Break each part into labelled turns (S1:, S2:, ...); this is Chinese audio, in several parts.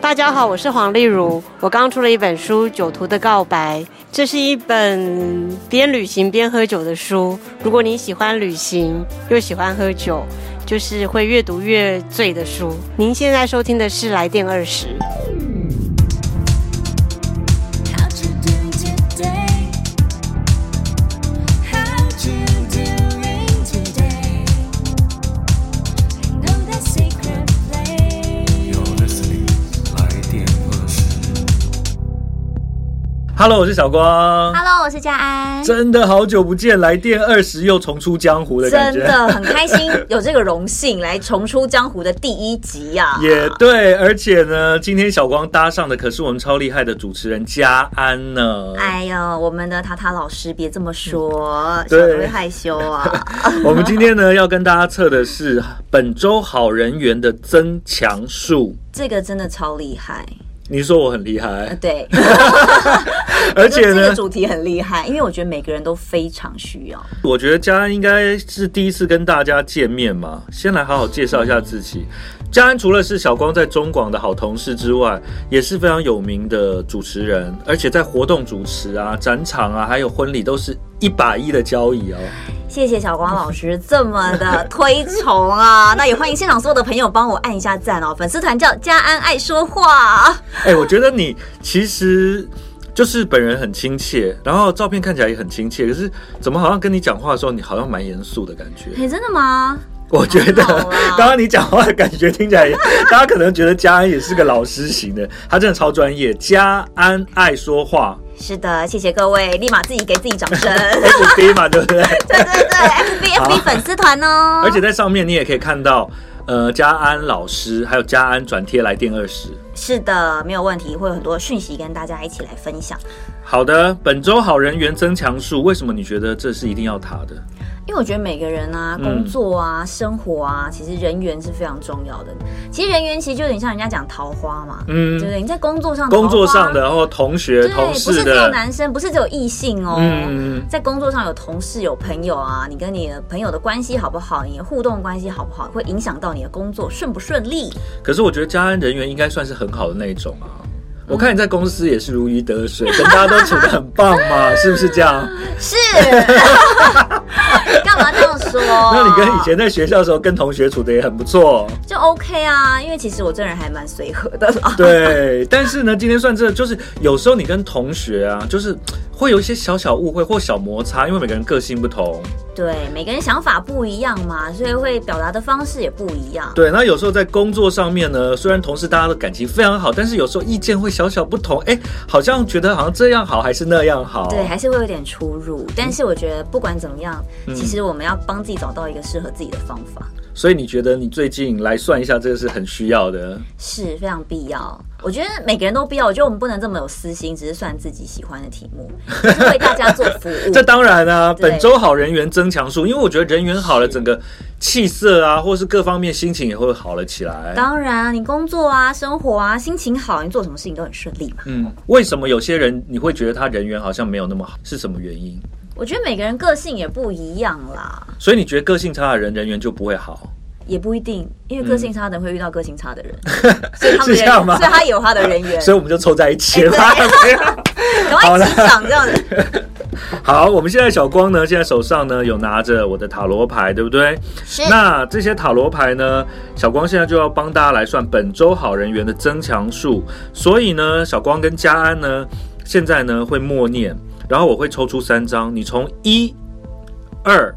S1: 大家好，我是黄丽茹。我刚出了一本书《酒徒的告白》，这是一本边旅行边喝酒的书。如果你喜欢旅行又喜欢喝酒，就是会越读越醉的书。您现在收听的是《来电二十》。
S2: Hello，我是小光。
S3: Hello，我是佳安。
S2: 真的好久不见，来电二十又重出江湖的感
S3: 觉，真的很开 心，有这个荣幸来重出江湖的第一集呀、啊。
S2: 也对，而且呢，今天小光搭上的可是我们超厉害的主持人佳安呢。
S3: 哎呦，我们的塔塔老师别这么说，小会害 羞啊。
S2: 我们今天呢要跟大家测的是本周好人缘的增强术，
S3: 这个真的超厉害。呃
S2: 你说我很厉害，
S3: 对，
S2: 而且
S3: 呢，这个主题很厉害，因为我觉得每个人都非常需要。
S2: 我觉得佳安应该是第一次跟大家见面嘛，先来好好介绍一下自己。佳安除了是小光在中广的好同事之外，也是非常有名的主持人，而且在活动主持啊、展场啊，还有婚礼都是一把一的交易哦。
S3: 谢谢小光老师这么的推崇 啊！那也欢迎现场所有的朋友帮我按一下赞哦。粉丝团叫佳安爱说话。
S2: 哎、欸，我觉得你其实就是本人很亲切，然后照片看起来也很亲切，可是怎么好像跟你讲话的时候，你好像蛮严肃的感觉？
S3: 哎、欸，真的吗？
S2: 我觉得，
S3: 啊
S2: 刚刚你讲话的感觉听起来， 大家可能觉得佳安也是个老师型的，他真的超专业。佳安爱说话，
S3: 是的，谢谢各位，立马自己给自己掌 声。
S2: F B 嘛，对不 对？
S3: 对对对，F B F B 粉丝团哦。
S2: 啊而且在上面你也可以看到，呃，佳安老师还有佳安转贴来电二十。
S3: 是的，没有问题，会有很多讯息跟大家一起来分享。
S2: 好的，本周好人缘增强术，为什么你觉得这是一定要塔的？
S3: 因为我觉得每个人啊，工作啊，嗯、生活啊，其实人缘是非常重要的。其实人缘其实就有点像人家讲桃花嘛，嗯，对不对？你在工作上，
S2: 工作上的，然后同学、同事
S3: 不是只有男生，不是只有异性哦。嗯、在工作上有同事、有朋友啊，你跟你的朋友的关系好不好？你的互动关系好不好？会影响到你的工作顺不顺利。
S2: 可是我觉得家安人缘应该算是很好的那一种啊。我看你在公司也是如鱼得水，跟大家都处的很棒嘛，是不是这样？
S3: 是， 干嘛这样说？
S2: 那你跟以前在学校的时候跟同学处的也很不错，
S3: 就 OK 啊，因为其实我这人还蛮随和的啦。
S2: 对，但是呢，今天算这就是有时候你跟同学啊，就是会有一些小小误会或小摩擦，因为每个人个性不同。
S3: 对，每个人想法不一样嘛，所以会表达的方式也不一样。
S2: 对，那有时候在工作上面呢，虽然同事大家的感情非常好，但是有时候意见会小小不同，哎，好像觉得好像这样好还是那样好，
S3: 对，还是会有点出入。
S2: 嗯
S3: 但是我觉得不管怎么样，嗯、其实我们要帮自己找到一个适合自己的方法。
S2: 所以你觉得你最近来算一下，这个是很需要的，
S3: 是非常必要。我觉得每个人都必要，我觉得我们不能这么有私心，只是算自己喜欢的题目，是为大家做服务。
S2: 这当然啊，本周好人缘增强术，因为我觉得人缘好了，整个气色啊，或是各方面心情也会好了起来。
S3: 当然，你工作啊、生活啊，心情好，你做什么事情都很顺利嘛。
S2: 嗯，为什么有些人你会觉得他人缘好像没有那么好？是什么原因？
S3: 我觉得每个人个性也不一样啦，
S2: 所以你觉得个性差的人人缘就不会好？
S3: 也不一定，因为个性差的人会遇到个性差的人，
S2: 嗯
S3: 所以他 们所以他有他的人缘，
S2: 所以我们就凑在一起了。
S3: 好了，这样子。
S2: 好，我们现在小光呢，现在手上呢有拿着我的塔罗牌，对不对？
S3: 是。
S2: 那这些塔罗牌呢，小光现在就要帮大家来算本周好人缘的增强数。所以呢，小光跟佳安呢，现在呢会默念。然后我会抽出三张，你从一、二、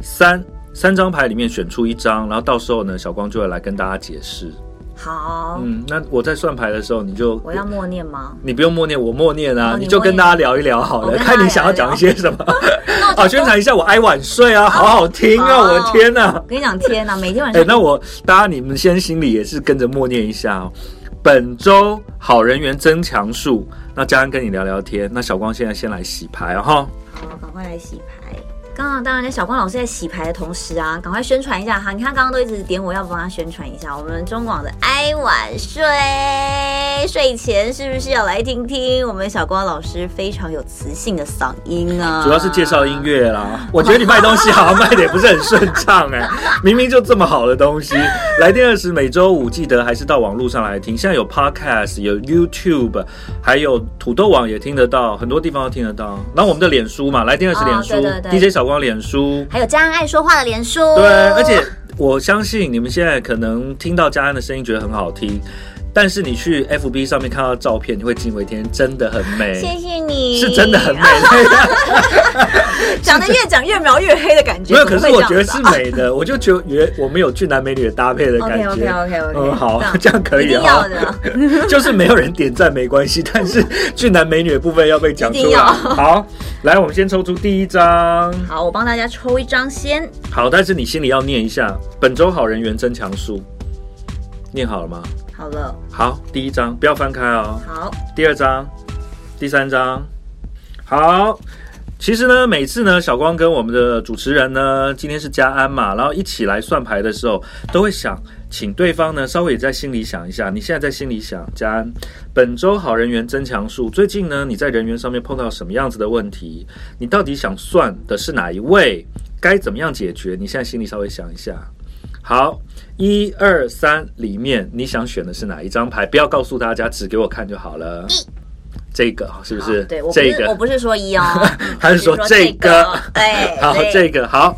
S2: 三三张牌里面选出一张，然后到时候呢，小光就会来跟大家解释。
S3: 好，
S2: 嗯，那我在算牌的时候，你就
S3: 我要默念吗？
S2: 你不用默念，我默念啊，哦、你,念你就跟大家聊一聊好了，看你想要讲一些什么。 啊，宣传一下我哀晚睡啊，好好听啊，哦、我的天哪、啊！
S3: 跟你讲，天哪，每天晚上。
S2: 哎，那我大家你们先心里也是跟着默念一下哦。本周好人缘增强术，那佳安跟你聊聊天。那小光现在先来洗牌哈、哦，
S3: 好，赶快来洗牌。刚刚当然，小光老师在洗牌的同时啊，赶快宣传一下哈。你看刚刚都一直点我要帮他宣传一下我们中广的哀晚睡，在睡前是不是要来听听我们小光老师非常有磁性的嗓音啊？
S2: 主要是介绍音乐啦。我觉得你卖东西好像卖的也不是很顺畅哎，明明就这么好的东西。来电二十每周五记得还是到网络上来听，现在有 Podcast，有 YouTube，还有土豆网也听得到，很多地方都听得到。然后我们的脸书嘛，来电二十
S3: 哦
S2: 脸书、
S3: 对对对
S2: DJ 小光脸书，
S3: 还有家人爱说话的连书，
S2: 对，而且我相信你们现在可能听到佳安的声音觉得很好听，但是你去 FB 上面看到照片，你会惊为天人，真的很
S3: 谢
S2: 美，
S3: 谢你，
S2: 是真的 很美。
S3: 讲的越讲越描越黑的感觉，
S2: 没有，可是
S3: 怎么
S2: 我
S3: 会
S2: 觉得
S3: 这啊样子
S2: 是
S3: 啊
S2: 美的，我就觉得我们有俊男美女的搭配的感
S3: OK
S2: 觉。
S3: OK OK OK，
S2: 嗯，好，
S3: 这
S2: 这样可
S3: 一
S2: 以
S3: 定
S2: 啊
S3: 要。的。
S2: 就是没有人点赞没关系，但是俊男美女的部分要被讲
S3: 一
S2: 出
S3: 定
S2: 来。
S3: 要
S2: 好，来，我们先抽出第一张。
S3: 好，我帮大家抽一张先，
S2: 好，但是你心里要念一下本周好人缘增强术，念好了吗？
S3: 好了，
S2: 好，第一张不要翻开哦。
S3: 好，
S2: 第二章，第三章。好，其实呢，每次呢，小光跟我们的主持人呢，今天是嘉安嘛，然后一起来算牌的时候，都会想请对方呢稍微也在心里想一下，你现在在心里想，嘉安，本周好人缘增强术，最近呢你在人缘上面碰到什么样子的问题？你到底想算的是哪一位？该怎么样解决？你现在心里稍微想一下。好，一二三，里面你想选的是哪一张牌？不要告诉大家，只给我看就好了。这个是不是？
S3: 好对我不
S2: 这
S3: 是我
S2: 个，
S3: 不是 说一哦，
S2: 他是说
S3: 我
S2: 这个。哎
S3: 对，
S2: 好，
S3: 对
S2: 这个好。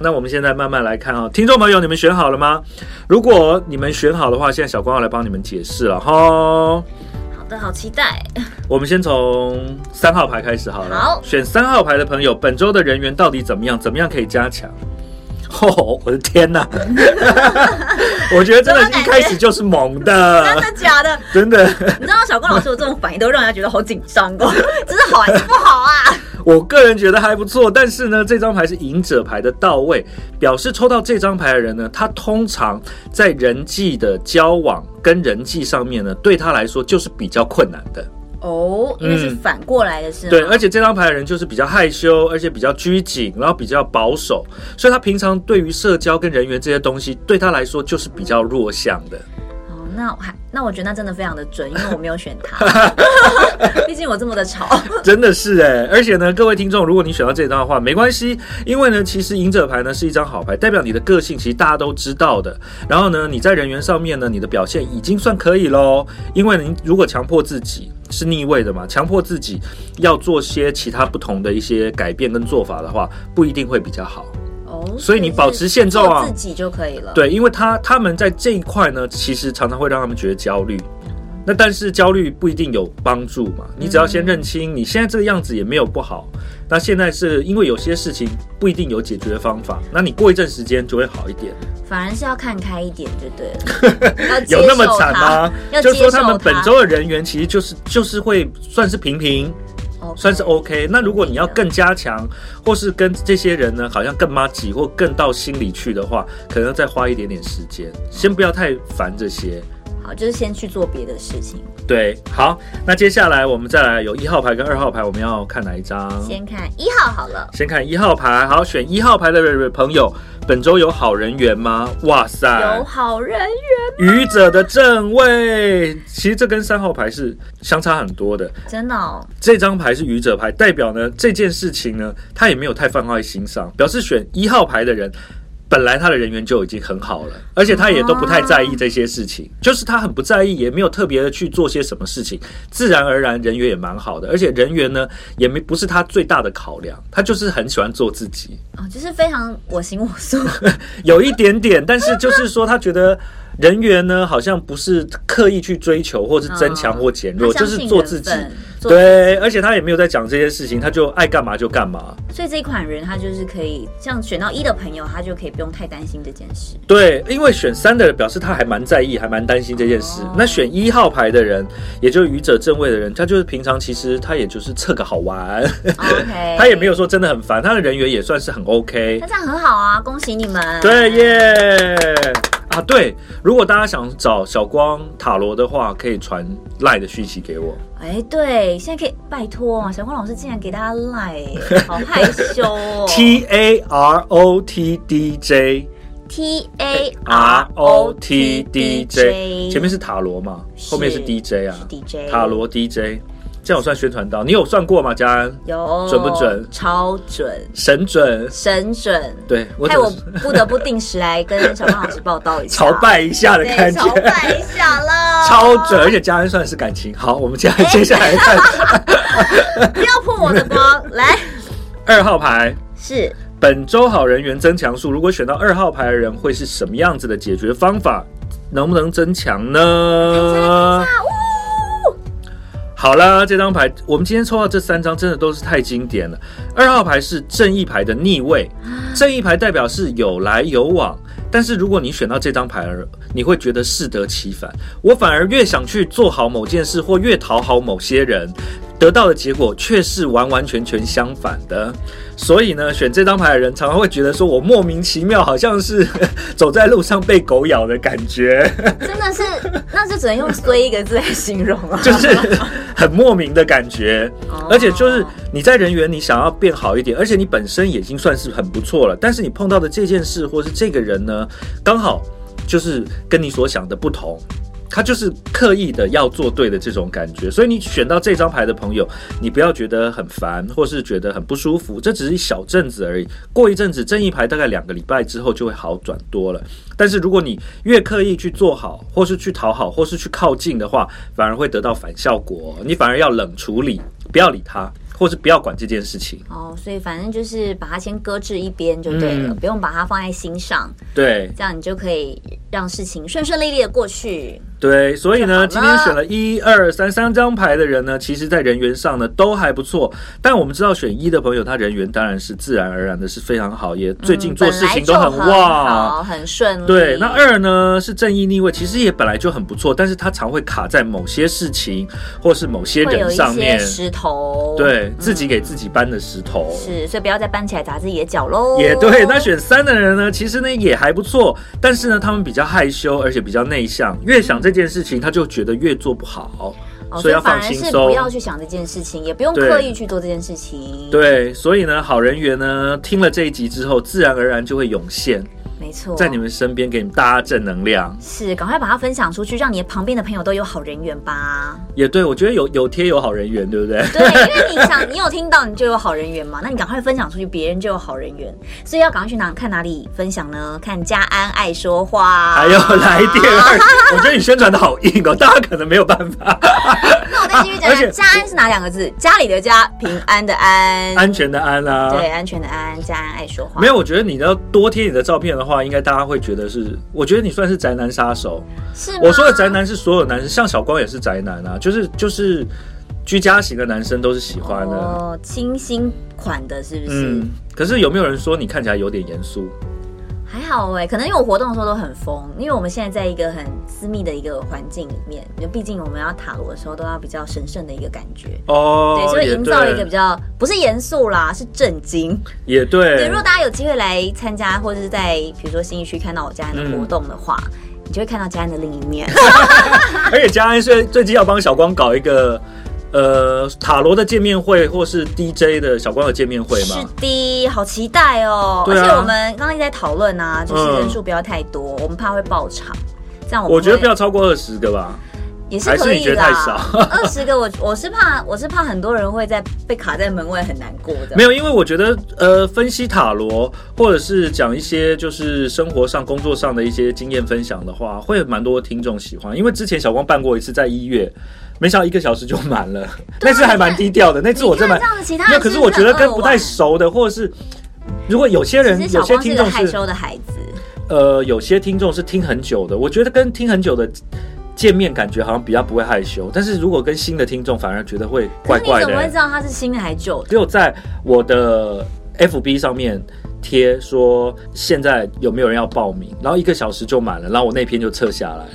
S2: 那我们现在慢慢来看啊、听众朋友，你们选好了吗？如果你们选好的话，现在小光要来帮你们解释了哈。
S3: 好的，好期 待，
S2: 我们先从三号牌开始好了。
S3: 好
S2: 选三号牌的朋友，本周的人缘到底怎么样？怎么样可以加强？哦，我的天 哪！我觉得真的
S3: 怎么感觉
S2: 一开始就是猛
S3: 真
S2: 的，
S3: 的假的？
S2: 真的。
S3: 你知道小郭老师有这种反应，都让人家觉得好紧张哦， 这是好还是不好啊？
S2: 我个人觉得还不错，但是呢，这张牌是赢者牌的到位，表示抽到这张牌的人呢，他通常在人际的交往跟人际上面呢，对他来说就是比较困难的。
S3: 哦，因为是
S2: 嗯
S3: 反过来的是吗？
S2: 对，而且这张牌的人就是比较害羞，而且比较拘谨，然后比较保守，所以他平常对于社交跟人员这些东西，对他来说就是比较弱项的。
S3: 哦，那我还那我觉得那真的非常的准，因为我没有选他， 毕竟我这么的吵。
S2: 真的是哎、而且呢，各位听众，如果你选到这张的话，没关系，因为呢，其实赢者牌呢是一张好牌，代表你的个性其实大家都知道的。然后呢，你在人缘上面呢，你的表现已经算可以喽。因为你如果强迫自己是逆位的嘛，强迫自己要做些其他不同的一些改变跟做法的话，不一定会比较好。
S3: 哦，
S2: 所以你保持现状啊
S3: 做自己就可以了。，
S2: 对，因为他他们在这一块呢，其实常常会让他们觉得焦虑。那但是焦虑不一定有帮助嘛，你只要先认清你现在这个样子也没有不好。那现在是因为有些事情不一定有解决的方法，那你过一阵时间就会好一点。
S3: 反而是要看开一点，就对 了。要接
S2: 有那么
S3: 受
S2: 惨
S3: 它
S2: 吗？
S3: 要
S2: 就
S3: 接
S2: 是说他
S3: 受
S2: 们本
S3: 它
S2: 周的人员其实就是就是会算是平平，
S3: OK
S2: 算是哦 OK。那如果你要
S3: 平平的
S2: 更加强，或是跟这些人呢，好像更妈挤或更到心里去的话，可能要再花一点点时间，先不要太烦这些。
S3: 好，就是先去做别的事情。
S2: 对，好，那接下来我们再来有一号牌跟二号牌，我们要看哪一张？
S3: 先看一号好了，
S2: 先看一号牌，好，选一号牌的朋友，本周有好人缘吗？哇
S3: 有
S2: 塞，
S3: 好人缘，
S2: 愚者的正位，其实这跟三号牌是相差很多的。
S3: 真的哦，
S2: 这张牌是愚者牌，代表呢这件事情呢，他也没有太放在心上，表示选一号牌的人。本来他的人缘就已经很好了，而且他也都不太在意这些事情，就是他很不在意，也没有特别的去做些什么事情，自然而然人缘也蛮好的，而且人缘呢也没不是他最大的考量，他就是很喜欢做自己，
S3: 哦，就是非常我行我 素。
S2: 有一点点，但是就是说他觉得人缘呢好像不是刻意去追求或是增强或减弱，
S3: 嗯他
S2: 就
S3: 相
S2: 是
S3: 信
S2: 做
S3: 缘
S2: 自己，
S3: 分，做
S2: 对，而且他也没有在讲这些事情，他就爱干嘛就干嘛。
S3: 所以这一款人他就是可以，像选到一的朋友，他就可以不用太担心这件事。
S2: 对，因为选三的表示他还蛮在意，还蛮担心这件事。
S3: 哦
S2: 那选一号牌的人，也就是愚者正位的人，他就是平常其实他也就是测个好玩，
S3: 哦 OK，
S2: 他也没有，说真的很烦，他的人缘也算是很 OK
S3: 那。这样很好啊，恭喜你们。
S2: 对耶。啊，对，如果大家想找小光塔罗的话，可以传赖的讯息给我。
S3: 哎，对，现在可以拜托小光老师竟然给大 家赖，好害羞哦。
S2: T A R O T D J
S3: T A
S2: R
S3: R
S2: O
S3: O
S2: T
S3: T
S2: D
S3: D
S2: J，
S3: J，
S2: 前面是塔罗嘛，后面是 DJ 啊
S3: 是 DJ
S2: 塔罗 DJ，这样我算宣传到，你有算过吗？嘉安
S3: 有
S2: 准不准
S3: 超准，
S2: 神准，
S3: 神准。
S2: 对我
S3: 害
S2: 怎么
S3: 我不得不定时来跟小胖老师报道一下，
S2: 朝拜一下的
S3: 对，哦
S2: 感觉，
S3: 朝拜一下啦，
S2: 超准，而且嘉安算是感情。好，我们接接下来 看
S3: 不要破我的光，来
S2: 二号牌。
S3: 是
S2: 本周好人缘增强术，如果选到二号牌的人，会是什么样子的解决方法？能不能增强呢？
S3: 啊
S2: 好啦，这张牌我们今天抽到这三张真的都是太经典了。二号牌是正义牌的逆位，正义牌代表是有来有往，但是如果你选到这张牌了，你会觉得适得其反。我反而越想去做好某件事，或越讨好某些人，得到的结果却是完完全全相反的。所以呢，选这张牌的人常常会觉得说，我莫名其妙好像是 走在路上被狗咬的感觉，
S3: 真的是，那就只能用“衰”一个字来形容啊了。
S2: 就是很莫名的感觉。
S3: 哦
S2: 而且就是你在人缘，你想要变好一点，而且你本身已经算是很不错了，但是你碰到的这件事或是这个人呢，刚好就是跟你所想的不同。他就是刻意的要做对的这种感觉，所以你选到这张牌的朋友，你不要觉得很烦，或是觉得很不舒服，这只是一小阵子而已。过一阵子，正义牌大概两个礼拜之后就会好转多了。但是如果你越刻意去做好，或是去讨好，或是去靠近的话，反而会得到反效果。你反而要冷处理，不要理他，或是不要管这件事情。
S3: 哦，所以反正就是把它先搁置一边就对了，
S2: 嗯
S3: 不用把它放在心上，
S2: 对
S3: 这样你就可以让事情顺顺利利的过去。
S2: 对，所以
S3: 好
S2: 呢，
S3: 了
S2: 今天选了一二三三张牌的人呢，其实在人缘上呢都还不错。但我们知道选一的朋友，他人缘当然是自然而然的是非常好，也最
S3: 嗯
S2: 近做事情都
S3: 很
S2: 旺。
S3: 好，嗯很顺利。
S2: 对，那二呢是正义逆位，其实也本来就很不错，但是他常会卡在某些事情或是某些
S3: 会有
S2: 人
S3: 一
S2: 上
S3: 些
S2: 面，
S3: 石头，嗯
S2: 对自己给自己搬的石头。
S3: 是，所以不要再搬起来砸自己的脚喽。
S2: 也对，那选三的人呢，其实呢也还不错，但是呢，他们比较害羞，而且比较内向，越想这件事情，他就觉得越做不好，
S3: 哦，
S2: 所
S3: 所
S2: 以
S3: 以
S2: 要
S3: 反
S2: 放
S3: 而
S2: 轻
S3: 是
S2: 松
S3: 不。要去想这件事情，也不用
S2: 对
S3: 刻意去做这件事情。，
S2: 对，所以呢，好人缘呢，听了这一集之后，自然而然就会涌现
S3: 没错，
S2: 在你们身边，给你们大家正能量。
S3: 是赶快把它分享出去，让你旁边的朋友都有好人缘吧。
S2: 也对，我觉得有有贴有好人缘，对不对？
S3: 对，因为你想，你有听到，你就有好人缘嘛，那 你赶快分享出去，别人就有好人缘，所以要赶快去哪看哪里分享呢？看家安爱说话，
S2: 还有来电二，我觉得你宣传的好硬哦，大家可能没有办 法。
S3: 那我再继续讲
S2: 而且
S3: 讲，家安是哪两个字？家里的家，平安的安，
S2: 安全的安啦、
S3: 对，安全的安，家安爱说话，
S2: 没有，我觉得你要多贴你的照片的话，应该大家会觉得是，我觉得你算是宅男杀手。
S3: 是吗
S2: 我说的宅男是所有男生，像小光也是宅男啊，就是就是居家型的男生都是喜欢的。
S3: 哦，清新款的是不是？
S2: 啊嗯，可是有没有人说你看起来有点严肃？
S3: 还好哎、可能因为我活动的时候都很疯，因为我们现在在一个很私密的一个环境里面，就毕竟我们要塔罗的时候都要比较神圣的一个感觉。
S2: 哦，
S3: 对，所以营造一个比
S2: 较
S3: 较不是严肃啦，是震惊。
S2: 也对，
S3: 对，如果大家有机会来参加，或者是在比如说新一区看到我家人的活动的话，
S2: 嗯
S3: 你就会看到家人的另一面。
S2: 而且嘉安最最近要帮小光搞一个呃塔罗的见面会，或是 DJ 的小光的见面会
S3: 是
S2: 嘛？
S3: 的，好期待哦！
S2: 对啊
S3: 而且我们刚刚一直在讨论啊，就是
S2: 嗯
S3: 人数不要太多，我们怕会爆场。这样我
S2: 我
S3: 们
S2: 觉得
S3: 会
S2: 不要超过二十个吧。
S3: 也是
S2: 还
S3: 可
S2: 是你
S3: 以
S2: 觉得太
S3: 啦
S2: 少。
S3: 二十个我我是怕我是怕很多人会在被卡在门外很难过的。
S2: 没有，因为我觉得，呃，分析塔罗或者是讲一些就是生活上、工作上的一些经验分享的话，会蛮多听众喜欢。因为之前小光办过一次，在一月，没想到一个小时就满 了，那次还蛮低调的。那次我
S3: 你
S2: 真
S3: 看
S2: 蛮
S3: 这，样子，其他
S2: 没有，
S3: 人
S2: 可
S3: 是
S2: 是
S3: 不
S2: 我
S3: 是
S2: 觉得
S3: 很
S2: 跟
S3: 扼
S2: 不太
S3: 腕。
S2: 熟的，或者是如果有些人
S3: 其实、小
S2: 有些
S3: 光是
S2: 听
S3: 个
S2: 众
S3: 害
S2: 是
S3: 羞的孩子，
S2: 呃，有些听众是听很久的，我觉得跟听很久的见面感觉好像比较不会害羞，但是如果跟新的听众，反而觉得会怪
S3: 可
S2: 怪
S3: 是你
S2: 的
S3: 怎么会
S2: 欸
S3: 知。道他是新的还是旧的？
S2: 只有在我的 FB 上面贴说现在有没有人要报名，然后一个小时就满了，然后我那篇就撤下来了。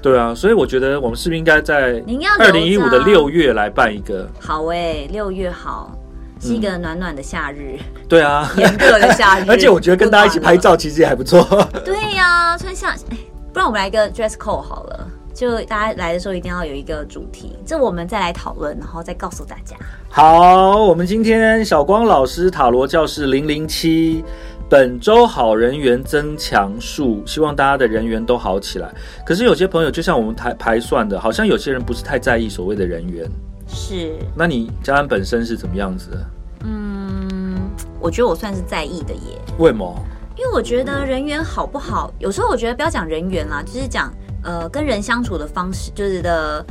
S2: 对啊，所以我觉得我们是不是应该在
S3: 你应该要
S2: 二
S3: 留着啊
S2: 零一五的六月来办一个？
S3: 好哎、六月好，是一个暖暖的夏日，
S2: 对啊，
S3: 炎热的夏日。
S2: 而且我觉得跟大家一起拍照其实也还不错。
S3: 不暖了。对呀、穿夏，哎不然我们来一个 dress code 好了。就大家来的时候一定要有一个主题，这我们再来讨论，然后再告诉大家。
S2: 好，我们今天小光老师塔罗教室零零七本周好人缘增强术，希望大家的人缘都好起来。可是有些朋友，就像我们排排算的，好像有些人不是太在意所谓的人缘。
S3: 是，
S2: 那你家人本身是怎么样子的？
S3: 嗯，我觉得我算是在意的耶，
S2: 为毛？
S3: 因为我觉得人缘好不好，有时候我觉得不要讲人缘啦，就是讲呃跟人相处的方式，就是的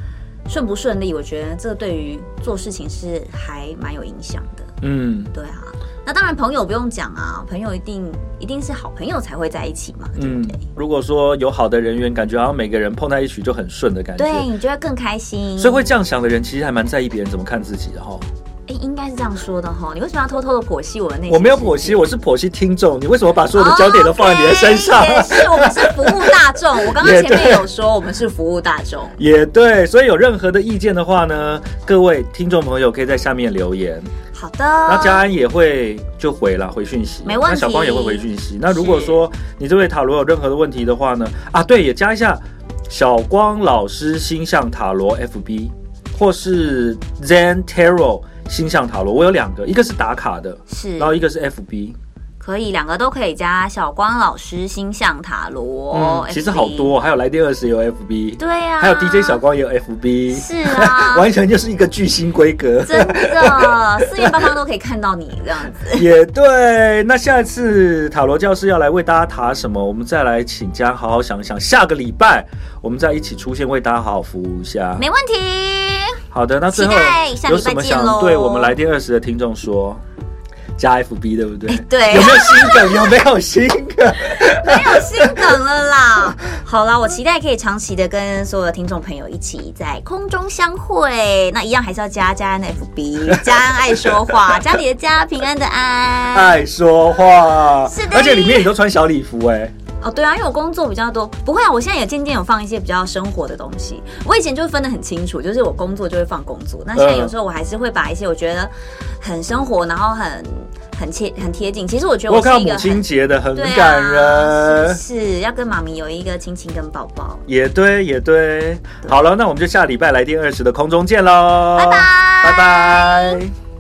S3: 顺不顺利，我觉得这对于做事情是还蛮有影响的。
S2: 嗯，
S3: 对啊，那当然朋友不用讲啊，朋友一定一定是好朋友才会在一起嘛，对不
S2: 嗯
S3: 对？，
S2: 如果说有好的人缘，感觉好像每个人碰在一起就很顺的感觉。
S3: 对，你就会更开心。
S2: 所以会这样想的人，其实还蛮在意别人怎么看自己的哈。
S3: 哎，应该是这样说的哈。你为什么要偷偷的剖析我的内心？
S2: 我没有剖析，我是剖析听众。你为什么把所有的焦点都放在你的身上
S3: 哦 OK，也是，我们是服务大 众。我刚刚前面有说，我们是服务大众。
S2: 也对，所以有任何的意见的话呢，各位听众朋友可以在下面留言，
S3: 好
S2: 那
S3: 的，
S2: 佳安也会就回啦，回讯息。
S3: 没问题
S2: 那小光也会回讯息。那如果说你这位塔罗有任何的问题的话呢，啊，对，也加一下小光老师星象塔罗 FB，或是 Zen Tarot 星象塔罗，我有两个，一个是打卡的，
S3: 是
S2: 然后一个是 FB。
S3: 可以，两个都可以加小光老师星象塔罗
S2: 嗯，。其实好
S3: FB。
S2: 多哦，还有来电二十也有 FB，
S3: 对啊，
S2: 还有 DJ 小光也有 FB，
S3: 是 啊，
S2: 完全就是一个巨星规格。
S3: 真的四面八方都可以看到你这样子。
S2: 也对，那下次塔罗教室要来为大家塔什么？我们再来请家好好想一想，下个礼拜我们再一起出现，为大家好好服务一下。
S3: 没问题，
S2: 好的，那最后
S3: 期待下礼
S2: 有
S3: 拜
S2: 什么
S3: 见
S2: 想
S3: 咯
S2: 对我们来电二十的听众说？加 FB 对不对？
S3: 对
S2: 有没有新梗？有没有新 梗？
S3: 没有心梗了啦。好啦，我期待可以长期的跟所有的听众朋友一起在空中相会。那一样还是要加加安的 FB，加安爱说话，家里的家，平安的安。
S2: 爱哎说话，
S3: 是的
S2: 而且里面你都穿小礼服哎、
S3: 哦，对啊，因为我工作比较多，不会啊，我现在也渐渐有放一些比较生活的东西。我以前就分得很清楚，就是我工作就会放工作，那现在有时候我还是会把一些我觉得很生活，然后很很贴很贴近。其实我觉得
S2: 我有
S3: 我
S2: 看到
S3: 是一
S2: 母
S3: 个
S2: 亲
S3: 很。
S2: 节的很
S3: 啊对啊
S2: 感人。
S3: 是是要跟妈咪有一个亲亲跟抱抱，
S2: 也对，也对。好了，那我们就下礼拜来电二十的空中见喽！
S3: 拜拜
S2: 拜拜。